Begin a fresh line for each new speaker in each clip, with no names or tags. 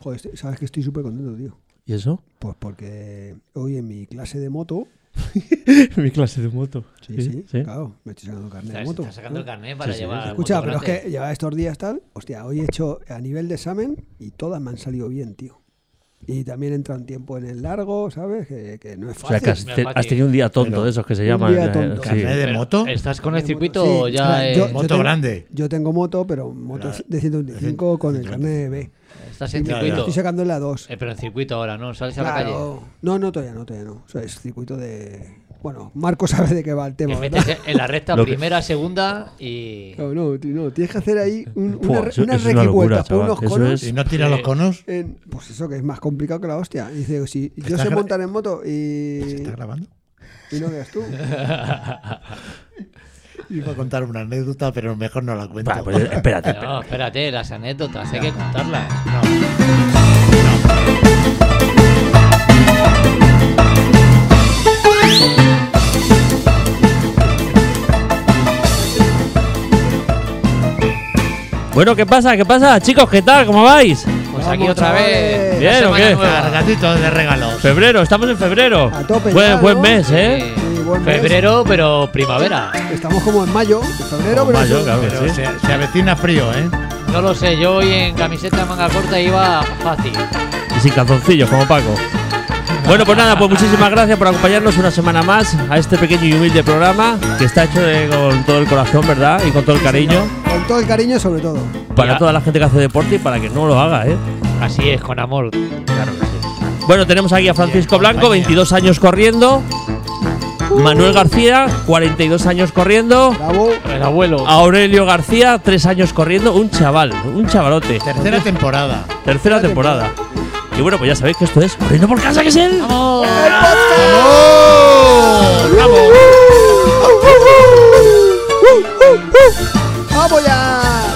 Joder, estoy- sabes que estoy súper contento, tío.
¿Y eso?
Pues porque hoy en mi clase de moto.
Mi clase de moto.
Sí, sí, claro, me estoy sacando carnet de
Estás,
moto.
estás sacando el carnet
Sí,
para
sí,
llevar.
sí.
al
Escucha, pero es
motorrote.
que lleva estos días tal. Hostia, hoy he hecho a nivel de examen y todas me han salido bien, tío. Y también entra un tiempo en el largo, ¿sabes? Que, que no es
O sea,
fácil.
que has,
no es
te-
fácil.
has tenido un día tonto de esos que se
un
llaman.
día
eh,
tonto.
sí.
¿Carnet de
Pero,
moto?
¿Estás con el
Carnet de moto.
circuito o
Sí,
ya
claro,
eh,
yo-
moto
tengo-
grande.
Yo tengo moto, pero moto
Claro.
de 125 con el carnet B.
estás en
Ya, ya.
Me
circuito?
estoy sacando en la 2.
Eh, pero en circuito ahora, ¿no? Sales a la calle.
Claro. No, no, todavía no, todavía no. O sea, es circuito de. Bueno, Marco sabe de qué va el tema.
Que
¿verdad?
metes en la recta
Lo que-
primera, segunda y.
No, no, ti- no, tienes que hacer ahí un,
Buah,
una, re-
eso-
unas
eso es una locura,
requivueltas por
chaval.
unos
Eso
conos.
es-
¿Y no tira
Sí.
los conos?
en- pues eso que es más complicado que la hostia. Dice, si yo
¿Estás
sé
gra-
montar en moto
¿Se
y,
está grabando?
y no veas tú.
Iba a contar una anécdota, pero mejor no la cuento.
Va, pues, eh, espérate. espérate.
No, espérate, las anécdotas, hay que contarlas.
Bueno, ¿qué pasa? ¿Qué pasa? Chicos, ¿qué tal? ¿Cómo vais?
Pues
Vamos,
aquí otra
chavales.
vez.
¿Bien
una
o
semana
qué?
nueva.
Cargadito de regalos.
Febrero, estamos en febrero.
A tope
Buen,
ya, ¿no?
buen mes, ¿eh?
Sí, buen mes.
Febrero, pero primavera.
Estamos como en mayo, en febrero,
Como
pero
mayo,
eso-
claro.
Pero
sí.
se, se avecina frío, ¿eh?
No lo sé, yo hoy en camiseta manga corta iba fácil.
Y sin calzoncillos, como Paco. Bueno, pues nada, pues muchísimas gracias por acompañarnos una semana más a este pequeño y humilde programa que está hecho de- con todo el corazón, ¿verdad? Y con todo el cariño.
con todo el cariño sobre todo.
Para
Ya.
toda la gente que hace deporte y para que no lo haga, ¿eh?
Así es, con amor.
Bueno, tenemos aquí a Francisco Blanco, 22 años corriendo. Manuel García, 42 años corriendo.
Bravo.
El abuelo.
Aurelio García, 3 años corriendo. Un chaval, un chavalote.
Tercera temporada.
Tercera temporada. Y bueno, pues ya sabéis que esto es Corriendo por casa, que es él.
¡Vamos ya!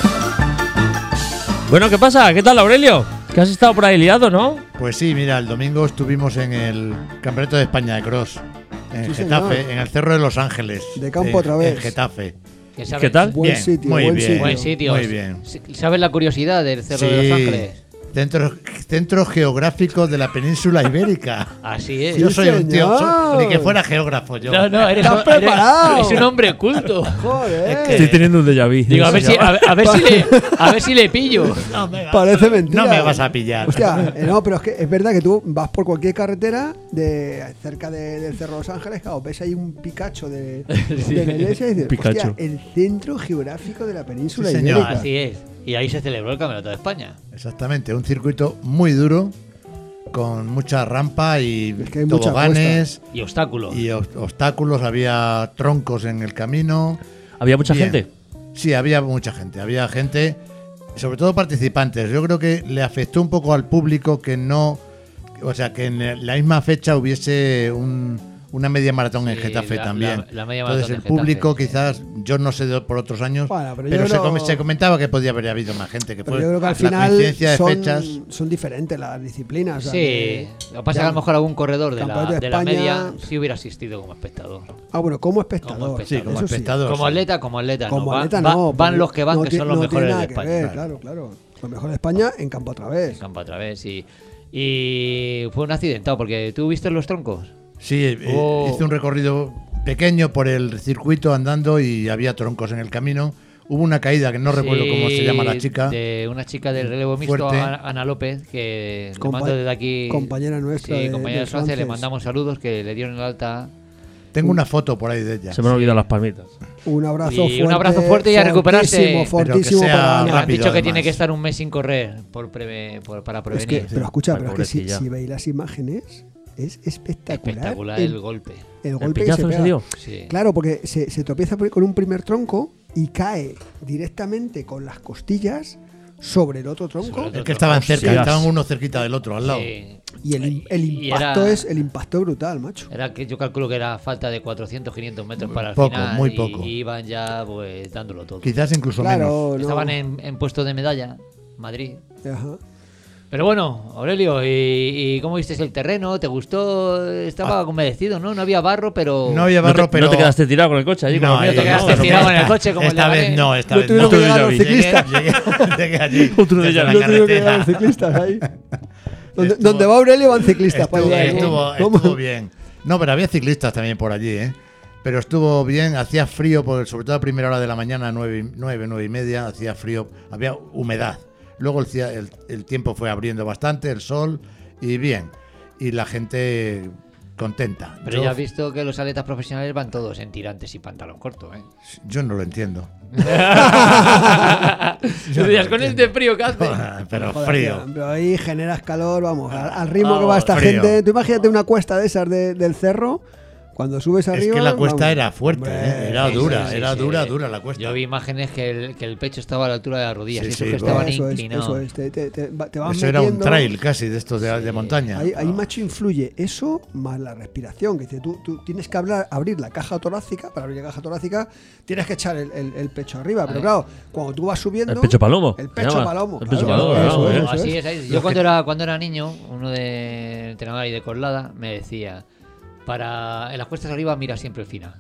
Bueno, ¿qué pasa? ¿Qué tal, Aurelio? Que has estado por ahí liado, ¿no?
Pues sí, mira, el domingo estuvimos en el Campeonato de España de Cross. En
Sí,
Getafe,
señor.
en el Cerro de los Ángeles.
De campo
En-
otra vez.
En Getafe.
Que sabe-
¿Qué tal?
Buen
Bien,
sitio,
muy
buen
bien.
sitio.
Buen sitio.
Muy bien.
¿Sabes la curiosidad del Cerro de
Sí.
los Ángeles?
Centro, centro geográfico de la península ibérica.
Así es.
Yo soy un tío,
señor.
soy- ni que fuera geógrafo yo.
No, no, eres,
¿Estás
eres-
preparado?
eres un hombre culto.
Joder,
Es que-
teniendo un déjà vu.
Digo, a ver, si, a, ver- a ver si le, a ver si le pillo.
No me vas-
parece mentira.
No me vas a pillar.
Hostia, eh, no, pero es que es verdad que tú vas por cualquier carretera de cerca de- del Cerro de Los Ángeles, claro, ves ahí un Picacho de, de la iglesia y dices,
Picacho.
hostia, el centro geográfico de la península
Sí, señor.
ibérica.
Así es. Y ahí se celebró el Campeonato de España.
Exactamente, un circuito muy duro, con mucha rampa y
Es que hay mucha
toboganes
Y obstáculos.
y ob- obstáculos, había troncos en el camino.
Había mucha
Bien.
gente.
Sí, había mucha gente, había gente, sobre todo participantes. Yo creo que le afectó un poco al público que no, o sea, que en la misma fecha hubiese un- una media maratón en
Sí,
Getafe
la-
también.
la- la media maratón
Entonces
en
el
Getafe,
público
sí.
quizás, yo no sé de- por otros años,
Bueno, pero
pero,
yo
se,
no-
come- se comentaba que podía haber habido más gente, que
Pero
pues,
fue
yo creo que al
la
final
coincidencia de
son,
fechas.
son diferentes las disciplinas. o sea,
Sí,
que-
lo que pasa es
ya-
que a lo mejor algún corredor de la,
Campeonato de
de la
España.
media sí hubiera asistido como espectador.
Ah, bueno, como espectador.
Como
Sí, como
eso sí.
espectador.
Como
sí.
atleta, como atleta.
Como
no. Va-
atleta
va-
no.
van
porque
los que van,
no
que
ti-
son los
no tiene
mejores de
nada
España.
Que ver,
claro.
claro, claro. Los mejores de España en campo otra vez.
Campo a través y, y fue un accidentado porque tú viste los troncos.
Sí, eh,
Oh.
hice un recorrido pequeño por el circuito andando y había troncos en el camino. Hubo una caída que no recuerdo cómo se llama la
Sí,
chica.
De una chica del relevo mixto,
Fuerte.
Ana Ana López, que le
Compa-
mando desde aquí.
compañera nuestra
Sí,
de-
compañera
de
de Francia, le
Francia.
mandamos saludos que le dieron el alta.
Tengo una foto por ahí de ella.
Se me han olvidado las palmitas.
Un abrazo
Y un
fuerte.
abrazo fuerte y a recuperarse.
Fortísimo,
Pero que
fortísimo
sea
para
Me
Ana.
han
Ah, rápido,
dicho que
además.
tiene que estar un mes sin correr por preve- por- para
Es
prevenir.
que, pero escucha,
Ay,
pero es que si,
pobrecilla.
si veis las imágenes, es espectacular.
Espectacular
el,
el golpe.
el
¿El
golpe que
piñazo
se
que se
pega.
dio?
Sí.
Claro, porque se, se tropieza por- con un primer tronco y cae directamente con las costillas sobre el otro tronco.
Sobre el otro.
El que estaban cerca,
Hostias.
estaban uno cerquita del otro, al lado.
Sí.
Y el, im- el
Y
impacto
era-
es el impacto es brutal, macho.
Era que yo calculo que era falta de 400, 500 metros para el
poco,
final.
muy
y-
poco.
Y, iban ya pues dándolo todo.
Quizás incluso menos.
Claro, no.
Estaban en, en puesto de medalla, Madrid.
Ajá.
Pero Pero bueno, Aurelio, ¿y, y cómo viste el terreno? ¿Te gustó? Estaba convencido, ¿no? No había barro, pero.
Ah. No había
No te,
barro,
no
pero.
te quedaste tirado con el coche allí, con
No,
los nietos,
te quedaste
¿no?
tirado en el coche como el
Esta
de
vez
Abel.
no, esta
Lo
vez
tuvieron que llevar
Llegué-
los ciclistas.
llegué- llegué allí.
Otro de
desde
ellos.
la
Yo tengo que ir a
carretera.
los ciclistas ahí. Donde,
Estuvo-
donde va Aurelio van ciclistas.
Estuvo,
para allá, ¿eh?
estuvo-
¿Cómo?
estuvo bien. No, pero había ciclistas también por allí, ¿eh? Pero estuvo bien, hacía frío, por, sobre todo a primera hora de la mañana, nueve, y- nueve, nueve y media, hacía frío, había humedad. Luego el, cia- el- el tiempo fue abriendo bastante, el sol, y bien. Y la gente contenta.
Pero
yo,
ya has visto que los atletas profesionales van todos en tirantes y pantalón corto, ¿eh?
yo no lo entiendo.
Tú dirías, con este frío que hace.
pero
Joder,
frío.
tío, pero ahí generas calor, vamos, al, al ritmo
Vamos,
que va esta
frío.
gente. Tú imagínate una cuesta de esas de- del cerro, cuando subes
Es
arriba.
que la cuesta
vamos.
era fuerte, ¿eh? era
Sí, sí,
dura,
sí,
era
sí.
dura, dura la cuesta.
Yo vi imágenes que el, que el pecho estaba a la altura de las rodillas
Sí,
y eso
sí,
que
pues.
estaban
eso es,
inclinados.
eso es, te, te- te va- te vas
Eso era un
metiendo.
trail casi de estos de, de montaña.
Ahí, ahí
Ah.
macho influye eso más la respiración. Que dice, tú, tú tienes que hablar- abrir la caja torácica. Para abrir la caja torácica tienes que echar el, el- el pecho arriba. Pero
Ahí.
claro, cuando tú vas subiendo.
El pecho palomo,
El
se
pecho
llama.
palomo.
El pecho
claro,
palomo,
eso
vamos,
es,
¿eh?
eso
Así
es.
es, ahí. Yo cuando era, cuando era niño, uno de entrenador y de Corlada me decía, para en las cuestas arriba mira siempre el final.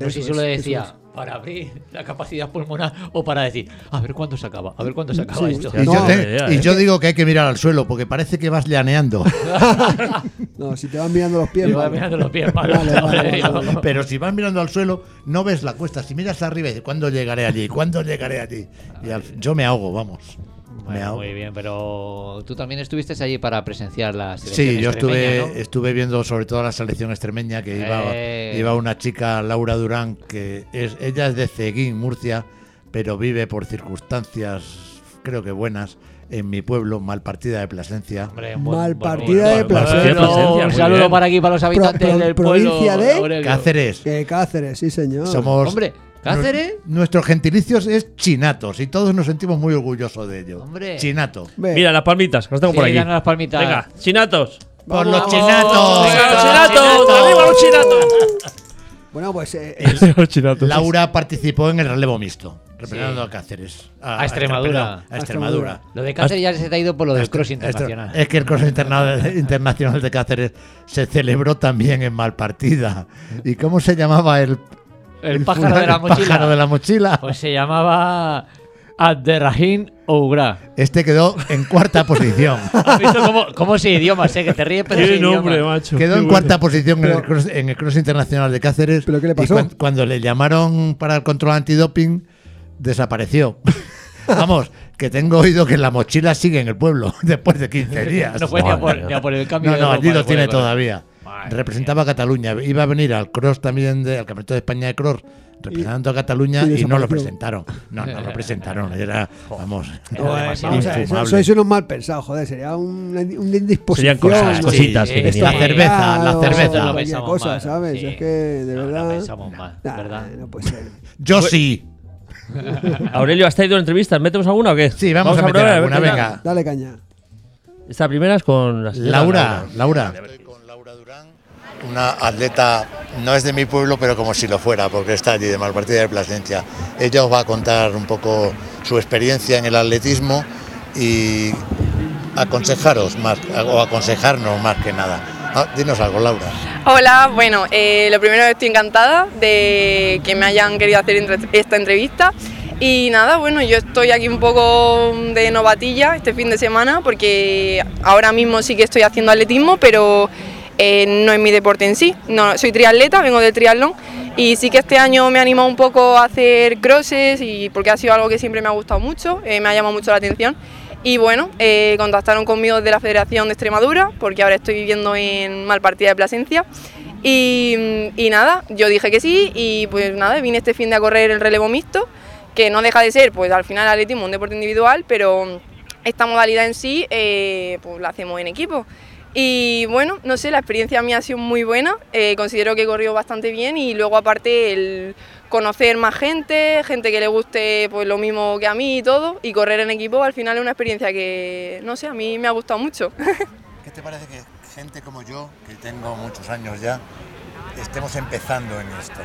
No sé
Eso
si solo
es,
decía
eso
para abrir la capacidad pulmonar o para decir, a ver cuándo se acaba, a ver cuándo se acaba
Sí,
esto.
Y,
No,
yo, te-
hombre, ya,
y
¿eh?
yo digo que hay que mirar al suelo porque parece que vas llaneando.
No, si te vas mirando los pies.
Y va
vale.
mirando los pies, malo.
Vale, vale, vale, vale.
Pero si vas mirando al suelo, no ves la cuesta. Si miras arriba, dices, ¿cuándo llegaré allí? ¿Cuándo llegaré allí? Y al- yo me ahogo, vamos. me
Bueno,
ahogo.
muy bien, pero tú también estuviste allí para presenciar las
Sí, yo estuve, estuve viendo sobre todo la selección extremeña que iba,
Eh.
iba una chica, Laura Durán, que es, ella es de Ceguín, Murcia, pero vive por circunstancias, creo que buenas, en mi pueblo, Malpartida de Plasencia.
Mal partida de Plasencia.
Plasencia,
Un
muy
saludo
bien.
para aquí, para los habitantes
pro-
del
provincia
pueblo,
de
Aurelio.
Cáceres.
Que Eh, Cáceres, sí, señor.
Somos.
Hombre, Cáceres.
nu- Nuestros gentilicios es chinatos y todos nos sentimos muy orgullosos de ello.
Hombre.
Chinato.
Ve,
Mira, las palmitas, que las tengo por
Sí,
aquí.
danos las palmitas.
Venga, chinatos.
Por
Vamos.
los chinatos.
¡Venga, los
Venga,
chinatos!
chinatos.
¡Arriba los chinatos!
Bueno, pues eh,
Arriba los chinatos.
Laura participó en el relevo mixto, representando
Sí.
a Cáceres.
A Extremadura.
perdón, A Extremadura.
Lo de Cáceres ya se te ha ido por lo del cross
Extre-
internacional.
Es que el Cross interna- Internacional de Cáceres se celebró también en Malpartida. ¿Y cómo se llamaba el,
el pájaro
fula-
de la
el
mochila.
pájaro de la mochila?
Pues se llamaba Abderrahim Ougra.
Este quedó en cuarta posición.
¿Has visto cómo, cómo se idioma? Sé que te ríes, pero
Qué
se
nombre,
idioma.
macho.
Quedó
qué
en
bueno.
cuarta posición en, el
Pero-
cross, en el cross internacional de Cáceres.
¿Pero qué le
y
pasó?
cuan- cuando le llamaron para el control antidoping, desapareció. Vamos, que tengo oído que la mochila sigue en el pueblo después de 15 días.
No fue ni a, por,
Madre
ni a por el cambio
no,
de
no,
ropa
allí lo
que fue
tiene
de color.
todavía.
Madre
Representaba a Cataluña. Iba a venir al cross también, de, al Campeonato de España de cross, representando a Cataluña
y
y, no lo
desapareció.
presentaron. No, no lo presentaron. Era, vamos,
Era demasiado.
vamos a ver,
infumable.
sois unos mal pensados, joder, sería un, un indisposición.
Serían cosas,
¿no?
sí,
cositas que
sí,
tenían.
La cerveza, la
Claro,
cerveza.
cualquier
Lo
pensamos
cosa,
mal,
¿sabes?
sí.
Es que, de
No, la
verdad.
pensamos mal,
Nah,
¿verdad?
No puede ser.
Yo sí.
Aurelio, ¿has traído entrevistas? ¿Metemos alguna o qué?
Sí, vamos, a meter
probar,
alguna,
ver qué
venga.
tal.
Dale caña.
Esta primera es con la señora
Laura, Laura.
Estoy con Laura Durán.
Una atleta, no es de mi pueblo, pero como si lo fuera, porque está allí de Malpartida de Plasencia. Ella os va a contar un poco su experiencia en el atletismo y aconsejaros más, o aconsejarnos más que nada. Ah, dinos algo, Laura.
Hola, bueno, eh, lo primero estoy encantada de que me hayan querido hacer entre- esta entrevista. Y nada, bueno, yo estoy aquí un poco de novatilla este fin de semana porque ahora mismo sí que estoy haciendo atletismo, pero eh, no es mi deporte en sí. No, soy triatleta, vengo del triatlón y sí que este año me ha animado un poco a hacer crosses y porque ha sido algo que siempre me ha gustado mucho, eh, me ha llamado mucho la atención. Y bueno, eh, contactaron conmigo de la Federación de Extremadura, porque ahora estoy viviendo en Malpartida de Plasencia. Y, y nada, yo dije que sí y pues nada, vine este fin de a correr el relevo mixto, que no deja de ser, pues al final el atletismo es un deporte individual, pero esta modalidad en sí eh, pues la hacemos en equipo. Y bueno, no sé, la experiencia mía ha sido muy buena, eh, considero que he corrido bastante bien y luego aparte el conocer más gente, gente que le guste pues lo mismo que a mí y todo, y correr en equipo al final es una experiencia que, no sé, a mí me ha gustado mucho.
¿Qué te parece que gente como yo, que tengo muchos años ya,
estemos empezando en esto?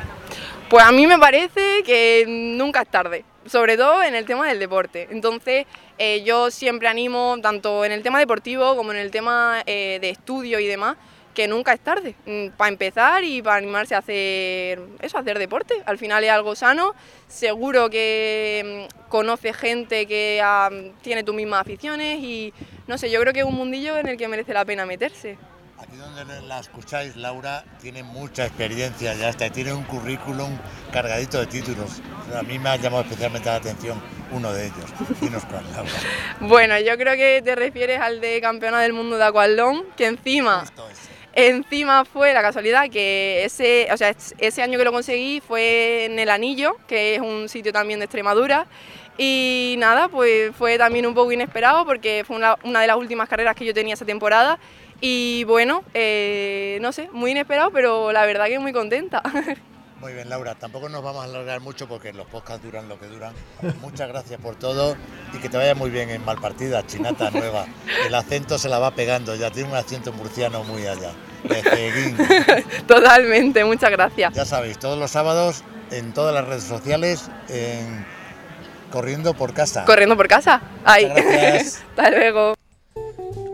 Pues a mí me parece que nunca es tarde, sobre todo en el tema del deporte. Entonces, eh, yo siempre animo, tanto en el tema deportivo como en el tema eh, de estudio y demás, que nunca es tarde para empezar y para animarse a hacer eso, a hacer deporte. Al final es algo sano, seguro que mm, conoce gente que ah, tiene tus mismas aficiones y no sé, yo creo que es un mundillo en el que merece la pena meterse.
Aquí donde la escucháis, Laura tiene mucha experiencia ya, hasta tiene un currículum cargadito de títulos. A mí me ha llamado especialmente la atención uno de ellos. Dinos cuál, Laura.
Bueno, yo creo que te refieres al de campeona del mundo de acuatlón, que encima
Esto es.
Encima fue la casualidad que ese, o sea, es- ese año que lo conseguí fue en El Anillo, que es un sitio también de Extremadura. Y nada, pues fue también un poco inesperado porque fue una, una de las últimas carreras que yo tenía esa temporada. Y bueno, eh, no sé, muy inesperado, pero la verdad que muy contenta.
Muy bien, Laura. Tampoco nos vamos a alargar mucho porque los podcasts duran lo que duran. Muchas gracias por todo y que te vaya muy bien en Malpartida, Chinata Nueva. El acento se la va pegando ya, tiene un acento murciano muy allá. De Ceguín.
Totalmente, muchas gracias.
Ya sabéis, todos los sábados en todas las redes sociales, en Corriendo por Casa.
Corriendo por casa. Ay.
gracias.
Hasta luego.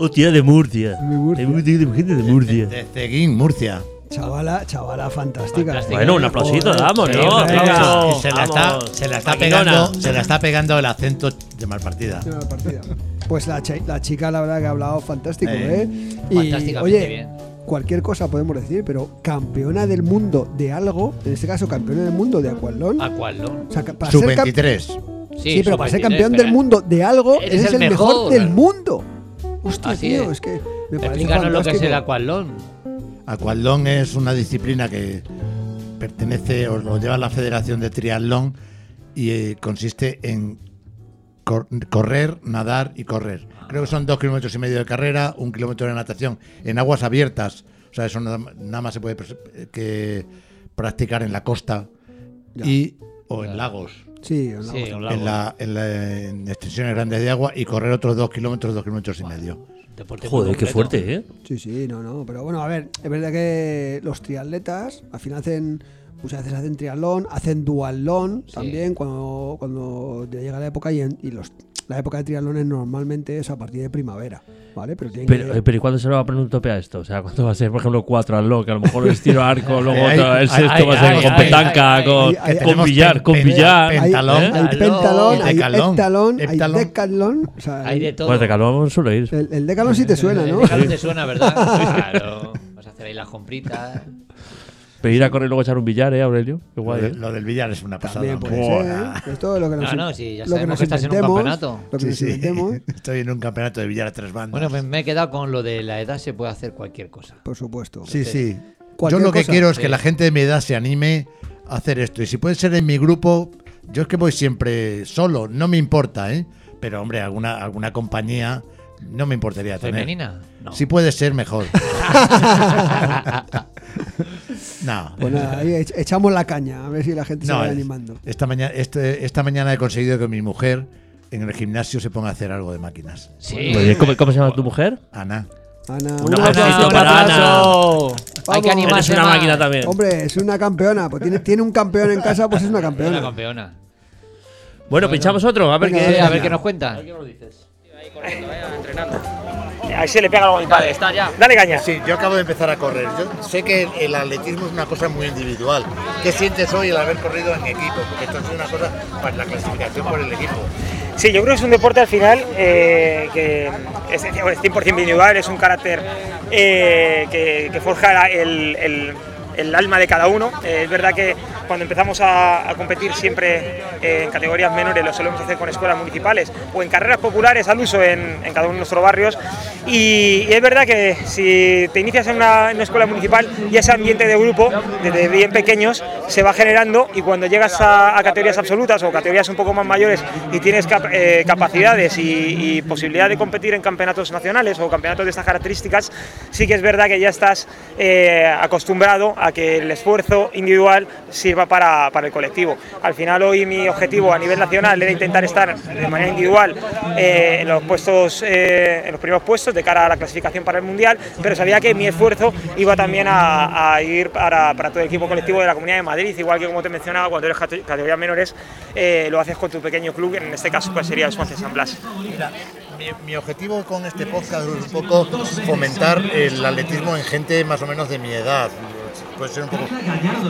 Hostia, de Murcia.
De Murcia.
de gente de Murcia.
De Ceguín, Murcia.
Chavala, chavala fantástica.
Fantástica.
Bueno, un aplausito,
Joder.
damos,
Sí,
¿no?
venga.
Aplauso.
se, la está,
Vamos.
se la está
Maquinona.
pegando, se la está pegando el acento de Malpartida.
Tiene una partida. Pues la, chi- la chica, la verdad, que ha hablado fantástico,
Eh,
¿eh? Y,
fantásticamente
oye,
bien.
cualquier cosa podemos decir, pero campeona del mundo de algo, en este caso campeona del mundo de Aqualón.
¿A cuál, no?
O sea, ca- para
Sub
ser cam-
23.
Sí, pero para ser
sub-23,
campeón del
pero-
mundo de algo,
Eres
eres
el
el mejor,
mejor.
del mundo. Hostia,
Así
tío,
es.
es. que me parece
Explícanos lo que es el
fantástico.
acuatlón.
Aquatlón es una disciplina que pertenece o lo lleva la Federación de Triatlón y eh, consiste en cor- correr, nadar y correr. Creo que son dos kilómetros y medio de carrera, un kilómetro de natación en aguas abiertas. O sea, eso nada, m- nada más se puede pres- eh, que practicar en la costa
Ya.
y o en
Ya.
lagos.
Sí, en la-
Sí, un lago.
En, la, en, la- en extensiones grandes de agua y correr otros dos kilómetros, dos kilómetros y medio.
Deporte
Joder, qué
completo.
fuerte, ¿eh?
Sí, sí, no, no. Pero bueno, a ver, es verdad que los triatletas al final hacen. Muchas veces hacen triatlón, hacen dualón
Sí.
también cuando, cuando te llega la época y, en- y los, la época de triatlones normalmente es a partir de primavera, ¿vale? Pero tienen
Pero,
que...
eh, pero ¿y cuándo se le va a poner un tope a esto? O sea, ¿cuándo va a ser, por ejemplo, cuatro al lo? Que a lo mejor es tiro a arco, luego
Ay,
otro,
ay,
el sexto
ay,
va a ser
ay,
con
ay,
petanca,
ay,
con,
ay, ay,
con
tenemos
billar,
pen-
con
pen-
billar. ¿eh?
hay,
pentalón,
hay pentalón, hay
decalón,
heptalón, hay
heptalón.
decalón. o sea,
Hay de todo.
Pues de calor suele
Eh,
ir.
el, el decalón sí te suena, ¿no?
El calor te suena, ¿verdad? claro. Vas a hacer ahí las compritas.
Pero ir a correr y luego echar un billar, ¿eh, Aurelio? Qué
Lo,
guay,
de-
¿eh?
lo del billar es una pasada.
También puede
Buah.
ser. Esto es lo que nos,
No, no, sí,
lo
ya
que
sabemos
nos
que estás en un
inventemos,
campeonato.
Lo que
Sí,
nos
sí.
inventemos,
Estoy en un campeonato de billar a tres bandas.
Bueno, pues me, me he quedado con lo de la edad, se puede hacer cualquier cosa.
por supuesto.
sí, sí. Yo
Cualquier
lo que
cosa.
quiero es que
Sí.
la gente de mi edad se anime a hacer esto. Y si puede ser en mi grupo, yo es que voy siempre solo, no me importa, ¿eh? Pero hombre, alguna, alguna compañía no me importaría tener.
¿Femenina? No.
Si puede ser, mejor. no.
Pues nada, ahí ech- echamos la caña, a ver si la gente se
No,
va
es-
animando.
esta, mañana, este- esta mañana he conseguido que mi mujer en el gimnasio se ponga a hacer algo de máquinas.
Sí.
Oye, ¿Cómo, cómo se llama tu mujer?
Ana.
Ana,
Un
aplauso
aplausito
para
para
Ana.
Ana.
Hay que
Vamos. Eres
Eres
animarse
una
más.
máquina también.
Hombre, es una campeona, pues tiene, tiene un campeón en casa, pues es una
Es una
campeona.
campeona.
Bueno, pinchamos otro, a ver
Venga,
Sí,
qué.
a ver qué nos cuenta.
Ahí se le pega algo a mi padre. Está ya. Dale caña.
Sí, yo acabo de empezar a correr. Yo sé que el, el atletismo es una cosa muy individual. ¿Qué sientes hoy al haber corrido en equipo? Porque esto es una cosa para la clasificación por el equipo.
Sí, yo creo que es un deporte al final eh, que es, es 100% individual, es un carácter eh, que, que forja la- el, el- el alma de cada uno. Eh, es verdad que cuando empezamos a, a competir siempre eh, en categorías menores lo solemos hacer con escuelas municipales o en carreras populares al uso en, en cada uno de nuestros barrios. Y, y es verdad que si te inicias en una, en una escuela municipal y ese ambiente de grupo desde bien pequeños se va generando y cuando llegas a, a categorías absolutas o categorías un poco más mayores y tienes cap- eh, capacidades y, y posibilidad de competir en campeonatos nacionales o campeonatos de estas características, sí que es verdad que ya estás eh, acostumbrado a que el esfuerzo individual sirva para, para el colectivo. Al final hoy mi objetivo a nivel nacional era intentar estar de manera individual eh, en los puestos, eh, en los primeros puestos esfuerzos de cara a la clasificación para el Mundial, pero sabía que mi esfuerzo iba también a, a ir para, para todo el equipo colectivo de la Comunidad de Madrid, igual que como te mencionaba, cuando eres cate- categorías menores eh, lo haces con tu pequeño club, en este caso pues, sería el Swansea San Blas.
Mira, mi, mi objetivo con este podcast es un poco fomentar el atletismo en gente más o menos de mi edad. Puede ser un poco.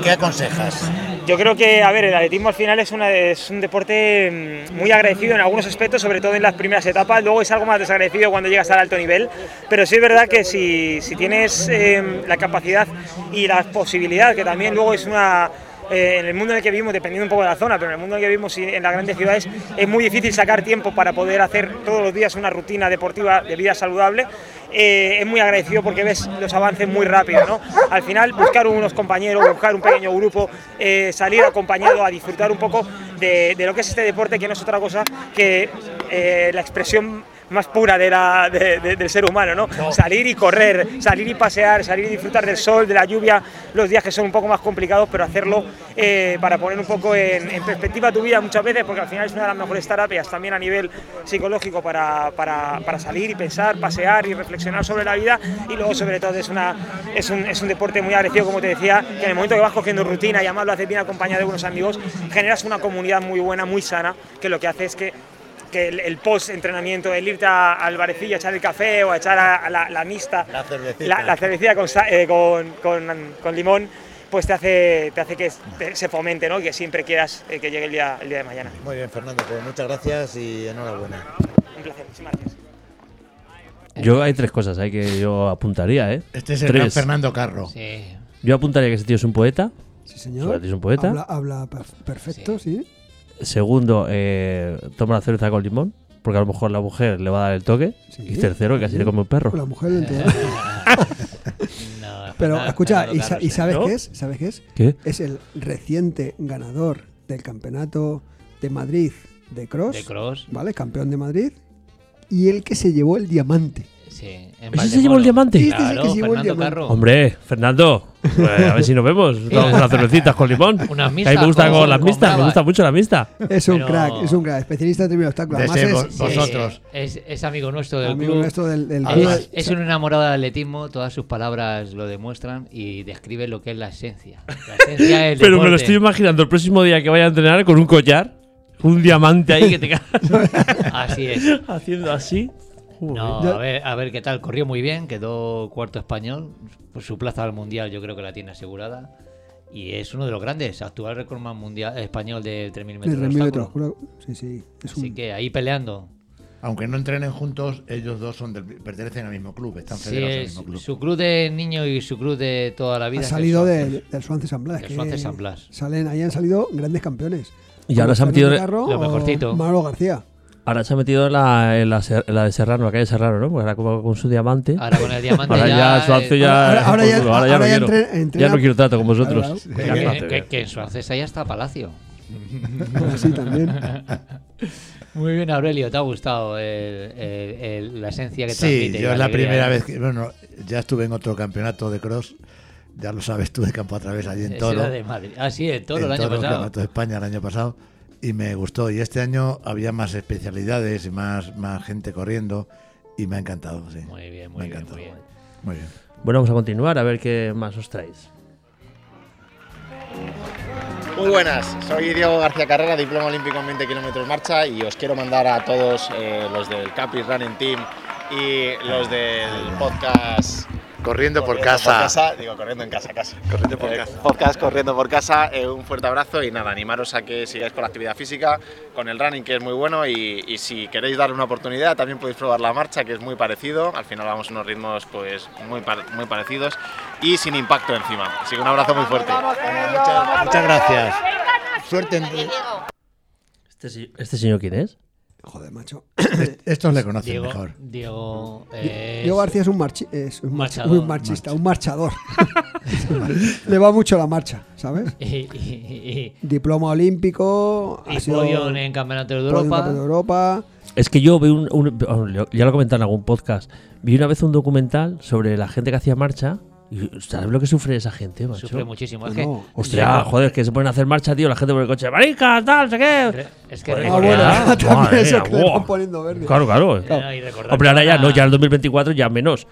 ¿Qué aconsejas?
Yo creo que, a ver, el atletismo al final es, una- es un deporte mm, muy agradecido en algunos aspectos, sobre todo en las primeras etapas. Luego es algo más desagradecido cuando llegas al alto nivel. Pero sí es verdad que si, si tienes eh, la capacidad y la posibilidad, que también luego es una. eh, en el mundo en el que vivimos, dependiendo un poco de la zona, pero en el mundo en el que vivimos y en las grandes ciudades es muy difícil sacar tiempo para poder hacer todos los días una rutina deportiva de vida saludable. Eh, es muy agradecido porque ves los avances muy rápido, ¿no? Al final buscar unos compañeros, buscar un pequeño grupo, eh, salir acompañado a disfrutar un poco de, de lo que es este deporte, que no es otra cosa que eh, la expresión más pura de la- de- de- del ser humano, ¿no? Salir y correr, salir y pasear, salir y disfrutar del sol, de la lluvia, los días que son un poco más complicados, pero hacerlo eh, para poner un poco en, en perspectiva tu vida muchas veces, porque al final es una de las mejores terapias también a nivel psicológico para, para- para salir y pensar, pasear y reflexionar sobre la vida. Y luego, sobre todo, es, una, es, un, es un deporte muy agresivo, como te decía, que en el momento que vas cogiendo rutina y además lo haces bien acompañado de unos amigos, generas una comunidad muy buena, muy sana, que lo que hace es que que el, el post-entrenamiento, el irte a- al barecillo a echar el café o a echar a, a la, la mista,
La cervecita.
la, la cervecita con, sa- eh, con- con- con limón, pues te hace, te hace que te- se fomente, ¿no? Y que siempre quieras eh, que llegue el día, el día de mañana.
Muy bien, Fernando, pues muchas gracias y enhorabuena.
Un placer, muchísimas gracias.
Yo hay tres cosas ahí que yo apuntaría, ¿eh?
Este es el gran
tres.
Fernando Carro.
Sí.
Yo apuntaría que ese tío es un poeta.
Sí, señor.
Suárez es un poeta.
Habla, habla per- perfecto, sí.
Segundo, eh, toma la cerveza con limón, porque a lo mejor la mujer le va a dar el toque.
Sí.
Y tercero, que casi le come un perro.
La mujer lo entiende.
No,
Pero
nada,
escucha,
Fernando
¿y, sa-
Carlos,
y
eh.
sabes
¿No?
qué es? ¿Sabes qué es?
¿Qué?
Es el reciente ganador del campeonato de Madrid de cross,
De Cross,
¿vale? Campeón de Madrid y el que se llevó el diamante.
sí. en
Pues ¿Ese se llevó el
Valdemoro.
diamante?
Este es el
Claro,
que se llevó el
Fernando
diamante.
Carro.
Hombre, Fernando, eh, a ver si nos vemos. Tomamos unas cervecitas con limón.
Unas
Que a mí
mistas
me gusta
con-
con, las
con
mistas, me
bravas.
gusta mucho la mista.
Es un
Pero-
crack, es un crack, especialista en términos de obstáculos.
De
Además
ese
es
bo- vosotros.
Es, es amigo nuestro del
amigo
club.
nuestro del, del club.
Es, es un enamorado del atletismo, todas sus palabras lo demuestran y describe lo que es la esencia. La esencia del
Pero me lo
deporte.
estoy imaginando el próximo día que vaya a entrenar con un collar, un diamante ahí que te cagas
Así es.
haciendo así. Joder.
No,
Yo-
a ver, a ver qué tal. Corrió muy bien, quedó cuarto español. Por su plaza al mundial, yo creo que la tiene asegurada. Y es uno de los grandes, actual récord más mundial español de 3.000
de
metros. de
3.000 metros,
obstáculo.
creo. Sí, sí. Es
Así
un,
que ahí peleando.
Aunque no entrenen juntos, ellos dos son del- pertenecen al mismo club, están
Sí,
federados al
es
mismo club.
su club de niño y su club de toda la vida.
ha
que
salido
son-
del, del Swansea San Blas.
Del
que
Swansea San Blas.
Salen, ahí han salido grandes campeones.
Y ahora
Como
se han metido-
Fernando Carro
Lo
o
mejorcito.
Manolo García.
Ahora se ha metido en la, en la, Ser- en la de Serrano, la calle Serrano, ¿no? Porque ahora como con su diamante.
Ahora con el diamante
Ahora ya,
ya.
Suazo
eh,
ya.
ahora- ahora ya-
Ahora
ahora ya
no quiero,
entre- entrena-
ya no quiero trato con vosotros.
Claro,
Ya no
Que,
te
que-
veo.
que en su ancesta ya está Palacio.
Así también.
Muy bien, Aurelio, ¿te ha gustado el- el- el- la esencia que transmite?
Sí,
y
yo es la
alegría? ¿eh?
primera vez que. Bueno, ya estuve en otro campeonato de cross, ya lo sabes tú, de campo a través, allí en
Ese
Toro.
era de Madrid. Ah, sí, en Toro
en
el año
Toro,
pasado.
Campeonato de España el año pasado y me gustó. Y este año había más especialidades y más, más gente corriendo y me ha encantado. sí.
Muy bien,
Me
muy
ha
bien,
encantado.
muy bien.
Muy bien.
Bueno, vamos a continuar a ver qué más os traéis.
Muy buenas, soy Diego García Carrera, diploma olímpico en 20 kilómetros marcha y os quiero mandar a todos eh, los del Capri Running Team y los del podcast
Corriendo
digo corriendo en casa casi. Corriendo por casa. Podcast corriendo por casa, eh, un fuerte abrazo y nada, animaros a que sigáis con la actividad física, con el running que es muy bueno y, y si queréis darle una oportunidad también podéis probar la marcha que es muy parecido, al final vamos a unos ritmos pues muy, par- muy parecidos y sin impacto encima. Así que un abrazo muy fuerte.
Muchas, muchas gracias. Suerte. en-
¿Este, si- este señor quién es?
Joder, macho.
Estos le conocen
Diego,
mejor.
Diego eh, es-
Yo García es un, marchi- es un marchi-
Marchador.
un marchista, un marchador. Le va mucho la marcha, ¿sabes?
y, y- y-
Diploma olímpico.
y
ha sido
podium en Campeonato de
podio en
Europa.
Copa de Europa.
Es que yo vi un, oh, un- Ya lo comenté en algún podcast. Vi una vez un documental sobre la gente que hacía marcha Y, ¿Sabes lo que sufre esa gente, macho?
Sufre muchísimo. Es
No,
que,
Pues no.
Hostia, joder, que se ponen a hacer marcha, tío, la gente por el coche, marica, tal, sé qué.
Es que
Joder,
Ah, bueno,
Ah,
recordar-
madre
también eso
mía,
que le van
buah.
poniendo verde.
Claro, claro.
Claro, y recordar
Hombre, ahora
que
ya
ahora-
no, ya el 2024 ya menos.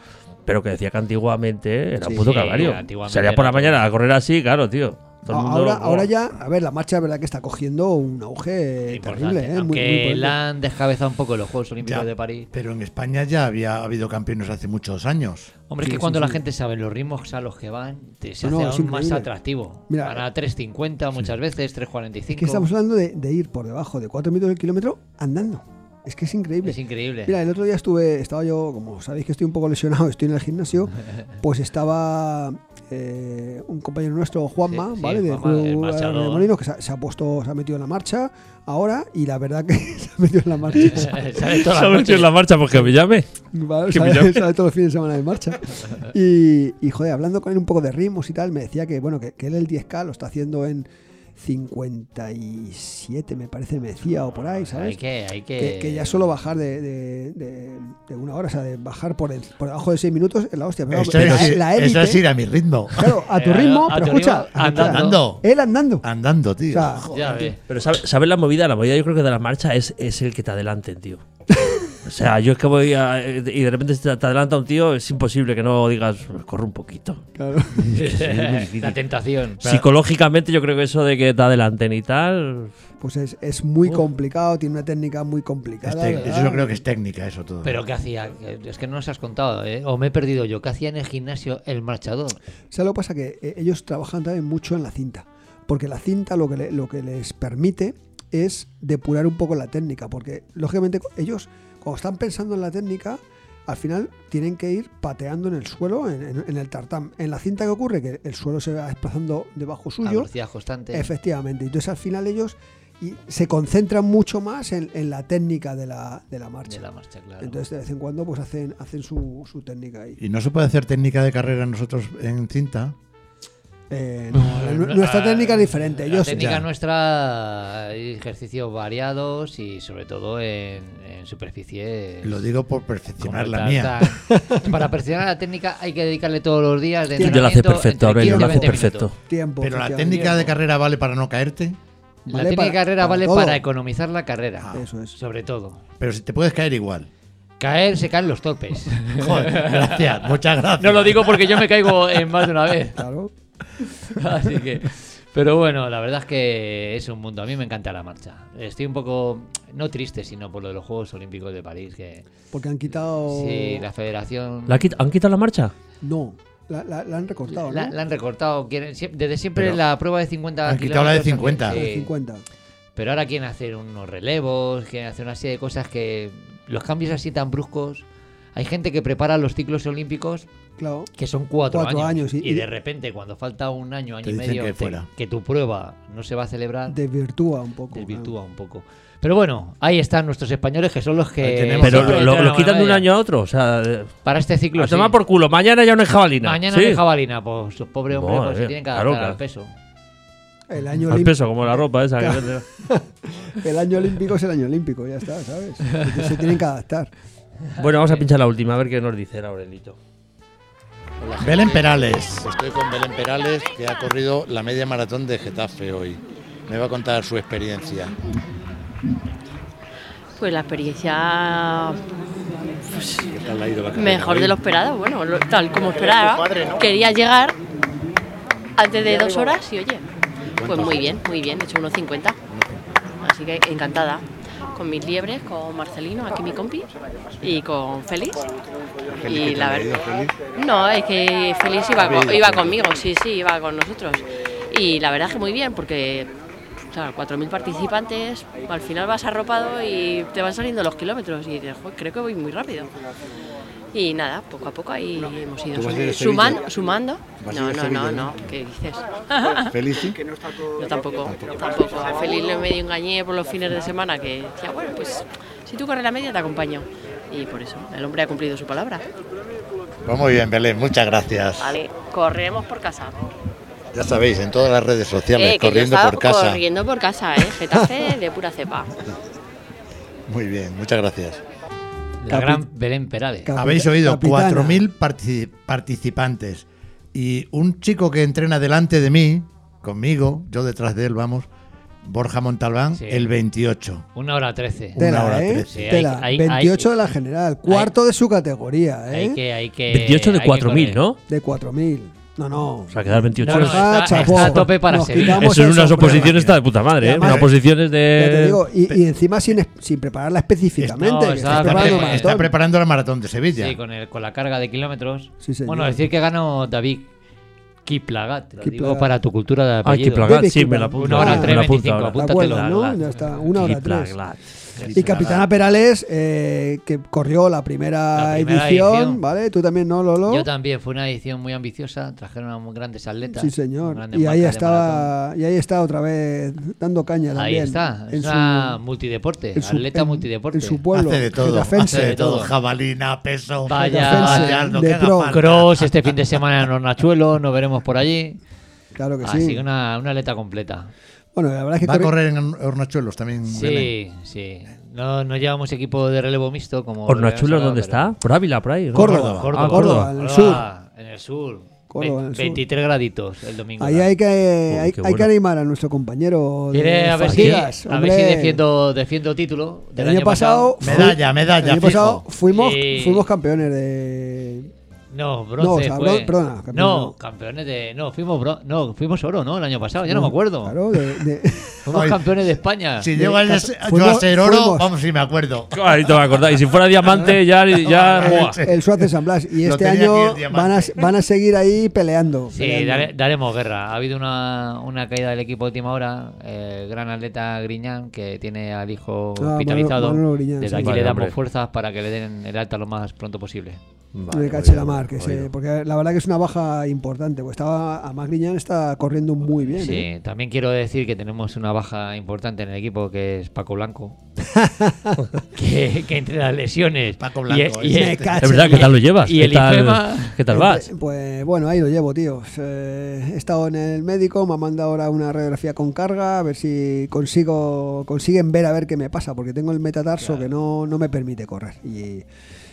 Pero que decía que antiguamente era pues, un
Sí,
puto
sí,
calvario.
antiguamente
Salías por la
era
mañana a correr así, claro, tío. Todo el mundo,
ahora,
buah.
ahora ya, a ver, la marcha es verdad que está cogiendo un auge
importante.
terrible, ¿eh? Muy- muy
Aunque
potente.
la han descabezado un poco en los Juegos Olímpicos
Ya,
de París.
Pero en España ya había habido campeones hace muchos años.
Hombre,
Sí,
es que
sí,
cuando la
sí.
gente sabe los ritmos a los que van, te- se
No, no,
hace
es
aún más
increíble.
atractivo.
Mira,
van a 3.50 muchas veces, 3.45.
Es que estamos hablando de, de ir por debajo de 4 metros del kilómetro andando. Es que es increíble.
Es increíble.
Mira, el otro día estuve, estaba yo, como sabéis que estoy un poco lesionado, estoy en el gimnasio, pues estaba eh, un compañero nuestro, Juanma,
Sí, sí,
¿vale? De
Juanma, el
Club
marchador.
Remolino, que se, ha- se ha puesto, se ha metido en la marcha ahora y la verdad que se ha metido en la marcha.
Sale todas las
¿Sabes
noches.
quién es la marcha? Porque me llame.
¿vale?
Qué
Sabe,
brillante.
sabe todos los fines de semana de marcha. Y, y, joder, hablando con él un poco de ritmos y tal, me decía que, bueno, que, que él el 10K lo está haciendo en 57, me parece, me decía, o por ahí, ¿sabes?
Pues Hay que, hay que...
que, que ya solo bajar de, de- de- de una hora, o sea, de bajar por, el- por debajo de seis minutos es la hostia. Pero
Eso,
la- e-
es, ir-
la
eso
élite-
es ir a mi ritmo.
Claro, a tu
Eh,
ritmo,
a
pero
tu ritmo,
escucha,
andando.
Andando.
Él andando.
Andando, tío.
O sea,
Ya ves.
Pero ¿sabes sabe la movida? La movida yo creo que de la marcha es, es el que te adelanten, tío. O sea, yo es que voy a, eh, y de repente te te adelanta un tío, es imposible que no digas, "Pues corre un poquito.
claro.
la tentación.
Psicológicamente yo creo que eso de que te adelanten y tal...
Pues es, es muy complicado, tiene una técnica muy
Es
complicada.
tec-
¿verdad?
Este, eso yo creo que es técnica, eso todo.
Pero ¿qué hacía? Es que no nos has contado, ¿eh? o me he perdido yo. ¿Qué hacía en el gimnasio el marchador?
¿Sabes lo que pasa? Que eh, ellos trabajan también mucho en la cinta. Porque la cinta lo que, le- lo que les permite es depurar un poco la técnica. Porque, lógicamente, co- ellos, cuando están pensando en la técnica, al final tienen que ir pateando en el suelo, en, en- en el tartán. En la cinta, que ocurre? Que el suelo se va desplazando debajo
A
suyo.
velocidad constante.
Efectivamente. Entonces, al final, ellos y- se concentran mucho más en, en la técnica de la, de la marcha.
De la marcha, claro.
Entonces, de vez en cuando, pues hacen, hacen su, su técnica ahí.
¿Y no se puede hacer técnica de carrera nosotros en cinta?
Eh, no, la- nuestra
Ah,
técnica es diferente.
La
Ellos,
técnica
ya.
nuestra, hay ejercicios variados y sobre todo en, en superficie. eh,
Lo digo por perfeccionar la mía.
Para perfeccionar la técnica hay que dedicarle todos los días. De
Yo lo haces
entrenamiento,
perfecto,
entre
Aurelio, lo
15
haces
y 20
perfecto.
minutos.
tiempo.
Pero la
efectivamente.
técnica de carrera vale para no caerte.
La
Vale
técnica de
para-
carrera
para
vale
todo. Ah,
para economizar la carrera.
Eso es.
Sobre todo.
Pero si te puedes caer igual.
Caer se caen los torpes.
Joder, gracias, muchas gracias.
No lo digo porque yo me caigo en más de una vez.
Claro.
Así que. Pero bueno, la verdad es que es un mundo. A mí me encanta la marcha. Estoy un poco, no triste, sino por lo de los Juegos Olímpicos de París. Que
Porque han quitado.
sí, la federación.
¿La quit- ¿Han quitado la marcha?
No, la, la- la han recortado, ¿no?
la- la han recortado. Quieren sie- desde siempre
Pero
la prueba de 50.
han quitado la de
kilómetros
50.
también,
De
sí.
50.
Pero ahora quieren hacer unos relevos, quieren hacer una serie de cosas que. Los cambios así tan bruscos. Hay gente que prepara los ciclos olímpicos
Claro.
que son cuatro,
Cuatro años,
años.
y-
y, de repente, cuando falta un año, año
Te
y
dicen
medio,
que
te-
fuera.
que tu prueba no se va a celebrar.
Desvirtúa un poco.
desvirtúa un poco. Pero bueno, ahí están nuestros españoles que son los
Ahí
que.
tenemos.
Pero
siempre
lo,
entran
lo-
a
lo
la
quitan de un
medalla.
año a otro. O sea, de-
Para este ciclo.
a
sí.
tomar por culo. Mañana ya no hay jabalina.
Mañana
Sí.
no hay jabalina, pues sus pobres hombres
Madre
pues, se
mía,
tienen que
claro,
adaptar
claro.
al peso.
claro. El año,
Al
olim-
peso, como la ropa esa. que vende.
el año olímpico es el año olímpico, ya está, ¿sabes? Se- Se tienen que adaptar.
Bueno, vamos a pinchar la última, a ver qué nos dice el Aurelito.
Belén Perales.
Estoy con Belén Perales, que ha corrido la media maratón de Getafe hoy. Me va a contar su experiencia.
Pues la experiencia pues,
¿Qué tal ha ido la carrera
mejor
hoy?
de lo esperado, bueno, lo- tal como esperaba. Quería llegar antes de dos horas y oye, pues muy bien, muy bien, he hecho unos 50. Así que encantada. Con mis liebres, con Marcelino, aquí mi compi, y con Félix. Y la verdad. No, es que Félix iba, co- iba conmigo, sí, sí, iba con nosotros. Y la verdad es que muy bien, porque claro, 4.000 participantes, al final vas arropado y te van saliendo los kilómetros. Y dices, "Jo, creo que voy muy rápido. Y nada, poco a poco ahí hemos ido
¿Tú vas a ir a Sevilla?
sumi- suman- sumando.
¿Vas a ir
No,
a
no,
Sevilla,
no,
no?
no, ¿qué dices? ah,
¿Feliz? sí?
Yo tampoco, tampoco. A Félix le medio engañé por los fines de semana que decía, bueno, pues si tú corres la media te acompaño. Y por eso, el hombre ha cumplido su palabra.
Pues muy bien, Belén, muchas gracias.
Vale, corremos por casa.
Ya sabéis, en todas las redes sociales,
Eh, que yo
corriendo
estaba
por casa.
Corriendo por casa, ¿eh? Getafe de pura cepa.
Muy bien, muchas gracias.
La
Capi-
gran Belén Perales.
Capita-
Habéis oído
capitana.
4.000 partici- participantes, Y un chico que entrena delante de mí, conmigo, yo detrás de él, vamos, Borja Montalbán,
Sí.
el 28.
Una hora trece.
Una
Tela,
hora
¿eh?
trece.
Sí, hay-
Tela.
hay-
28
hay-
de la general, cuarto de su categoría, ¿eh?
Hay que, hay que,
28 de
hay que
4.000,
correr.
¿no?
De 4.000. No, no.
O sea, quedar 28
No, no,
horas.
Ah,
está,
chapó.
está a tope para
Nos
ser.
quitamos
Eso
esa
en unas
Pues prueba.
oposiciones está de puta madre, ¿eh?
Además,
Unas oposiciones de.
Ya te digo, y, y encima sin, es- sin prepararla específicamente.
Eh, No,
que
está
estás preparando
prepa-
un
Está
maratón.
preparando la maratón de Sevilla.
Sí, con, el, con la carga de kilómetros.
Sí, señor.
Bueno, decir que ganó David Kiplagat. Lo digo
Kiplagat.
para tu cultura de
Ay,
apellido.
que plagat,
Bebe,
sí, me la
Kipla.
apunto.
Una hora
me la
tres,
apunto
25,
ahora.
¿Te
apúntate
acuerdas,
la-
no?
la-
Ya está, una hora
Kipla,
tres.
Glad.
Y Capitana Perales, eh, que corrió la primera,
La primera
edición,
edición.
¿vale? Tú también, ¿no, Lolo?
Yo también, fue una edición muy ambiciosa, trajeron a muy grandes atletas.
Sí, señor.
grandes
Y ahí,
marcas de maratón.
estaba, y ahí está otra vez dando caña
Ahí
también.
está, es
En su-
una multideporte,
en su-
atleta
en-
multideporte.
En su pueblo.
hace de todo.
Getafense.
Hace de
De todo.
todo. Jabalina, peso,
Vaya,
Getafense,
vaya, lo
de
que haga
pro.
falta.
Cross este fin de semana en Hornachuelo, nos veremos por allí.
Claro que
Así
Pues sí.
que Ah, una, una atleta completa.
Bueno, la verdad es que
Va a
corre-
correr en Hornachuelos también. Belén.
Sí, sí. No, no llevamos equipo de relevo mixto como...
Hornachuelo,
habíamos
¿dónde
hablado,
está? Por Ávila, por ahí. ¿no?
Córdoba.
Ah,
Córdoba,
Córdoba.
en
pero-
el sur.
Córdoba, Ah, en el sur.
Córdoba, en el sur.
23 graditos el domingo.
Ahí hay que, hay, hay
qué bueno.
que animar a nuestro compañero.
Quiere
de
a ver si,
Fajigas,
a ver
hombre.
si defiendo, defiendo título del
El año pasado. fui-
Medalla, medalla,
El año
fijo.
pasado fuimos,
Sí.
fuimos campeones de.
No, bronce
No, o sea,
fue.
bron- perdona, campeón,
no,
no.
campeones de no, fuimos bron- no, fuimos oro, ¿no? El año pasado, ya no, me acuerdo.
Claro, de. de-
Fuimos
Ay.
campeones de España.
Si
De
llego a,
casa-
yo a
fuimos-
ser oro,
fuimos.
vamos, si me acuerdo.
Ahí te vas a acordar. Y si fuera diamante, ya. ya buah.
el, el Suárez de San Blas. Y
Lo
este
tenía aquí
año
el diamante.
van a, van a seguir ahí peleando.
Sí,
peleando.
dare- daremos guerra. Ha habido una, una caída del equipo de última hora. El gran atleta Griñán, que tiene al hijo
Ah,
hospitalizado.
Manolo- Manolo Griñán, sí.
Desde aquí
Vale,
le damos
hombre.
fuerzas para que le den el alta lo más pronto posible.
de Cache la Mar, que se- porque la verdad que es una baja importante. Pues estaba, a Magriñán está corriendo muy bien.
Sí,
¿eh?
también quiero decir que tenemos una baja importante en el equipo, que es Paco Blanco. que, que entre las lesiones.
Paco
y-
Blanco,
y-
¿eh?
Me cacho.
Es verdad, ¿qué tal lo llevas?
Y
¿Qué
el
tal,
IFEMA-
¿Qué tal vas?
Pues bueno, ahí lo llevo, tío. Eh, he estado en el médico, me han mandado ahora una radiografía con carga, a ver si consigo consiguen ver a ver qué me pasa, porque tengo el metatarso que no, no me permite correr. Y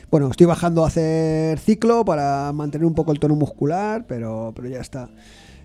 bueno, estoy bajando a hacer ciclo para mantener un poco el tono muscular, pero, pero ya está.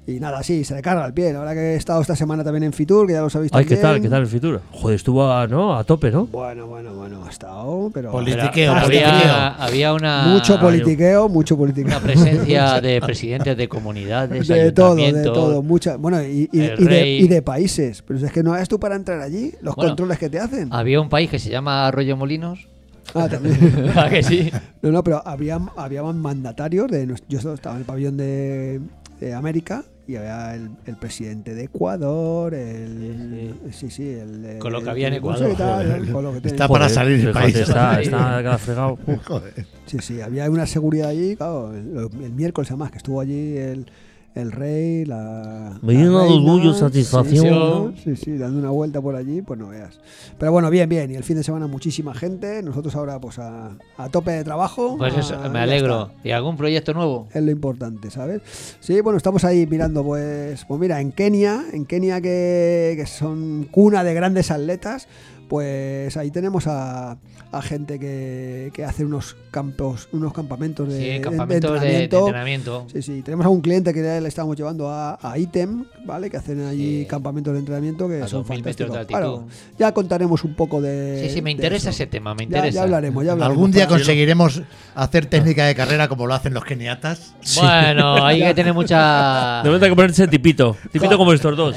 Y nada, sí, se le carga el pie. La verdad que he estado esta semana también en Fitur, que ya los habéis
Ay, ¿qué tal? ¿Qué tal el futuro? Joder, estuvo a, ¿no? a tope, ¿no?
Bueno, bueno, bueno, ha estado, pero...
Politiqueo,
había,
politiqueo.
había una.
Ah,
Mucho politiqueo, mucho politiqueo.
una presencia de presidentes de comunidades,
De todo, de
ayuntamientos.
todo, mucha, bueno, y, y-
el
y de,
rey.
y de países. Pero es que no hagas tú para entrar allí, los
Bueno, Ah.
controles que te hacen.
Había un país que se llama Arroyo Molinos.
Ah, también.
¿A que sí?
No, no, pero había, había mandatarios de nos- yo solo estaba en el pabellón de, de América y había el, el presidente de Ecuador, el sí, sí, el de-
Con lo que había en
el
Ecuador,
secretario, con lo que tiene.
Está para
Joder,
salir del
fíjate,
país.
Está, está acá fregado. Uf.
Joder.
Sí, sí, había una seguridad allí, claro, el, el miércoles además que estuvo allí el, el rey, la
Me
la
llena de
reina,
orgullo,
sí,
satisfacción.
Sí sí, sí, dando una vuelta por allí, pues no veas. Pero bueno, bien, bien, y el fin de semana muchísima gente, nosotros ahora pues a, a tope de trabajo.
Ah,
Pues eso,
a-
me
Ah, ya
alegro.
está.
¿Y algún proyecto nuevo?
Es lo importante, ¿sabes? Sí, bueno, estamos ahí mirando, pues, pues mira, en Kenia, en Kenia que, que son cuna de grandes atletas, pues ahí tenemos a, a gente que, que hace unos campos, unos campamentos de, de-
Sí,
de
campamentos de, de
entrenamiento.
entrenamiento.
Sí, sí, tenemos a un cliente que ya le estamos llevando a, a Item, ¿vale? Que hacen allí
Sí.
campamentos de entrenamiento que
A
son
2000 metros
fantásticos.
de altitud.
Claro, ya contaremos un poco de.
Sí, sí, me
de
interesa
eso.
ese tema,
Ya-
me interesa.
Ya, hablaremos, ya hablaremos.
Algún día
Para-
conseguiremos hacer técnica de carrera como lo hacen los keniatas.
Bueno, hay que tener mucha.
De momento hay que ponerse tipito. Tipito como estos dos.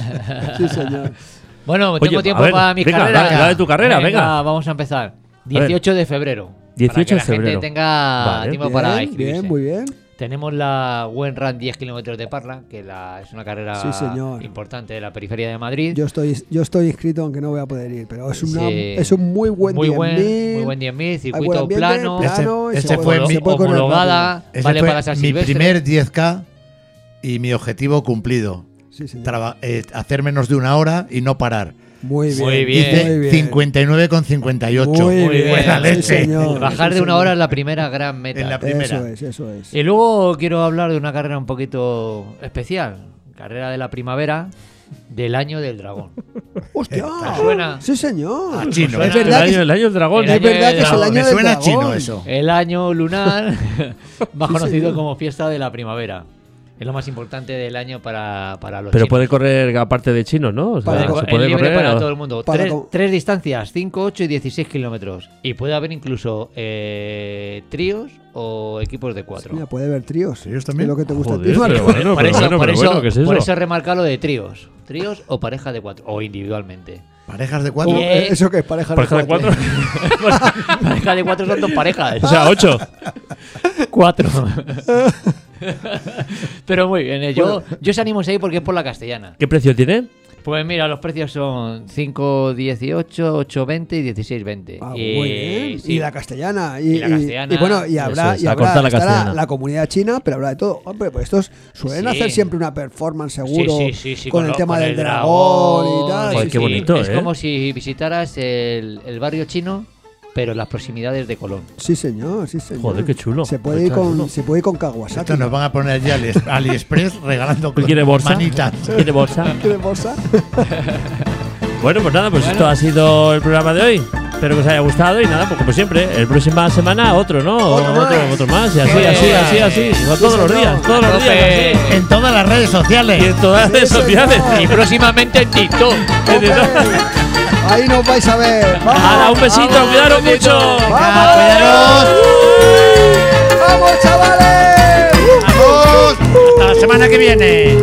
Sí, señor.
Bueno,
Oye,
tengo tiempo
a ver,
para mis
venga,
carreras.
dale, dale tu carrera, venga.
Vamos a empezar.
ver.
18 de febrero. para
18
que
de
la
febrero.
gente tenga
Vale.
tiempo para
Bien,
inscribirse.
bien, muy bien.
Tenemos la Buen Run 10 kilómetros de Parla, que la, es una carrera
Sí, señor.
importante de la periferia de Madrid.
Yo estoy, yo estoy inscrito, aunque no voy a poder ir, pero es, una,
Sí.
es un muy buen
muy
10.000.
buen, muy buen 10.000,
Hay buen
circuito
ambiente,
plano,
plano, y
Ese-
se
ese
puede-
fue
se
mi-
puede correr rápido.
homologada,
Ese
vale
fue
para San
mi
Silvestre.
primer 10K y mi objetivo cumplido.
Sí, señor.
Traba- eh, hacer menos de una hora y no parar.
Muy bien.
Muy bien.
Hice
muy
59,58.
Muy bien.
Buena
sí,
leche.
señor,
Bajar
sí,
de una
señor.
hora es la primera gran meta.
En la
Eso
primera.
es, eso es.
Y luego quiero hablar de una carrera un poquito especial, carrera de la primavera del año del dragón.
¡Hostia!
suena? Ah,
Sí, señor.
A Ah, chino. ¿eh?
Suena-
Es
El
verdad que
año, el año del dragón. ¿eh?
El
Es
año
verdad
del
que es el
dragón.
año
Me
del
suena
dragón.
chino eso.
El año lunar, más
Sí,
conocido
señor.
como fiesta de la primavera. Es lo más importante del año para, para los
Pero
chinos.
puede correr aparte de chinos, ¿no? O sea,
Para-
se
Es
puede
libre
correr.
para
a-
todo el mundo.
Para
tres,
co-
tres distancias, 5, 8 y 16 kilómetros. Y puede haber incluso eh, tríos o equipos de cuatro.
Mira, puede haber tríos.
¿Tríos
Es que
también?
Lo que te gusta a ti,
Joder,
Marco.
pero bueno,
por
pero
eso,
bueno,
por,
pero
eso,
bueno, ¿qué es
por
eso?
eso remarca lo de tríos. Tríos o pareja de cuatro. O individualmente.
Parejas de cuatro.
Y, eh,
Eh, ¿Eso que es? Pareja,
¿Pareja de cuatro?
pareja de cuatro son dos parejas.
o sea, ocho.
cuatro. Pero muy bien, eh, yo, yo os animo a ir porque es por la castellana.
¿Qué precio tiene?
Pues mira, los precios son 5.18, 8.20 y 16.20.
Ah,
Eh,
muy bien.
sí.
Y la castellana. Y,
Y la castellana.
y bueno, y
Eso
habrá,
es,
y
la
habrá
corta la
estará
castellana.
la comunidad china, pero habrá de todo. Hombre, pues estos suelen
Sí.
hacer siempre una performance seguro
Sí, sí, sí, sí,
con, el
lo-
tema
con
del
el
dragón, y tal.
Joder,
Sí,
qué
sí.
bonito,
Es
¿eh?
como si visitaras el, el barrio chino, pero en las proximidades de Colón.
Sí, señor, sí, señor.
Joder, qué chulo.
Se puede, ir
Está
con,
chulo.
se puede ir con Kawasaki.
Esto nos van a poner ya Ali- AliExpress regalando
Pues ¿Quiere bolsa?
manitas.
¿Quiere bolsa?
¿Tiene bolsa?
Bueno, pues nada, pues esto ha sido el programa de hoy. Espero que os haya gustado y nada, pues como siempre, el próxima semana otro, ¿no?
Otro más.
otro más, y así,
Eh,
así, así, así. todos
señor.
los días, todos los
Tope.
días. así.
En todas las redes sociales.
Y en todas las redes
Sí, señor.
sociales.
Y próximamente en TikTok.
¡Hombre! Ahí nos vais a ver. ¡Vamos!
Ahora, un besito,
Vamos,
cuidaros
besito.
mucho.
¡Vamos! ¡Vamos, chavales!
¡Vamos! Hasta la semana que viene.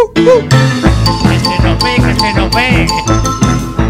Que se nos ve, que se nos ve.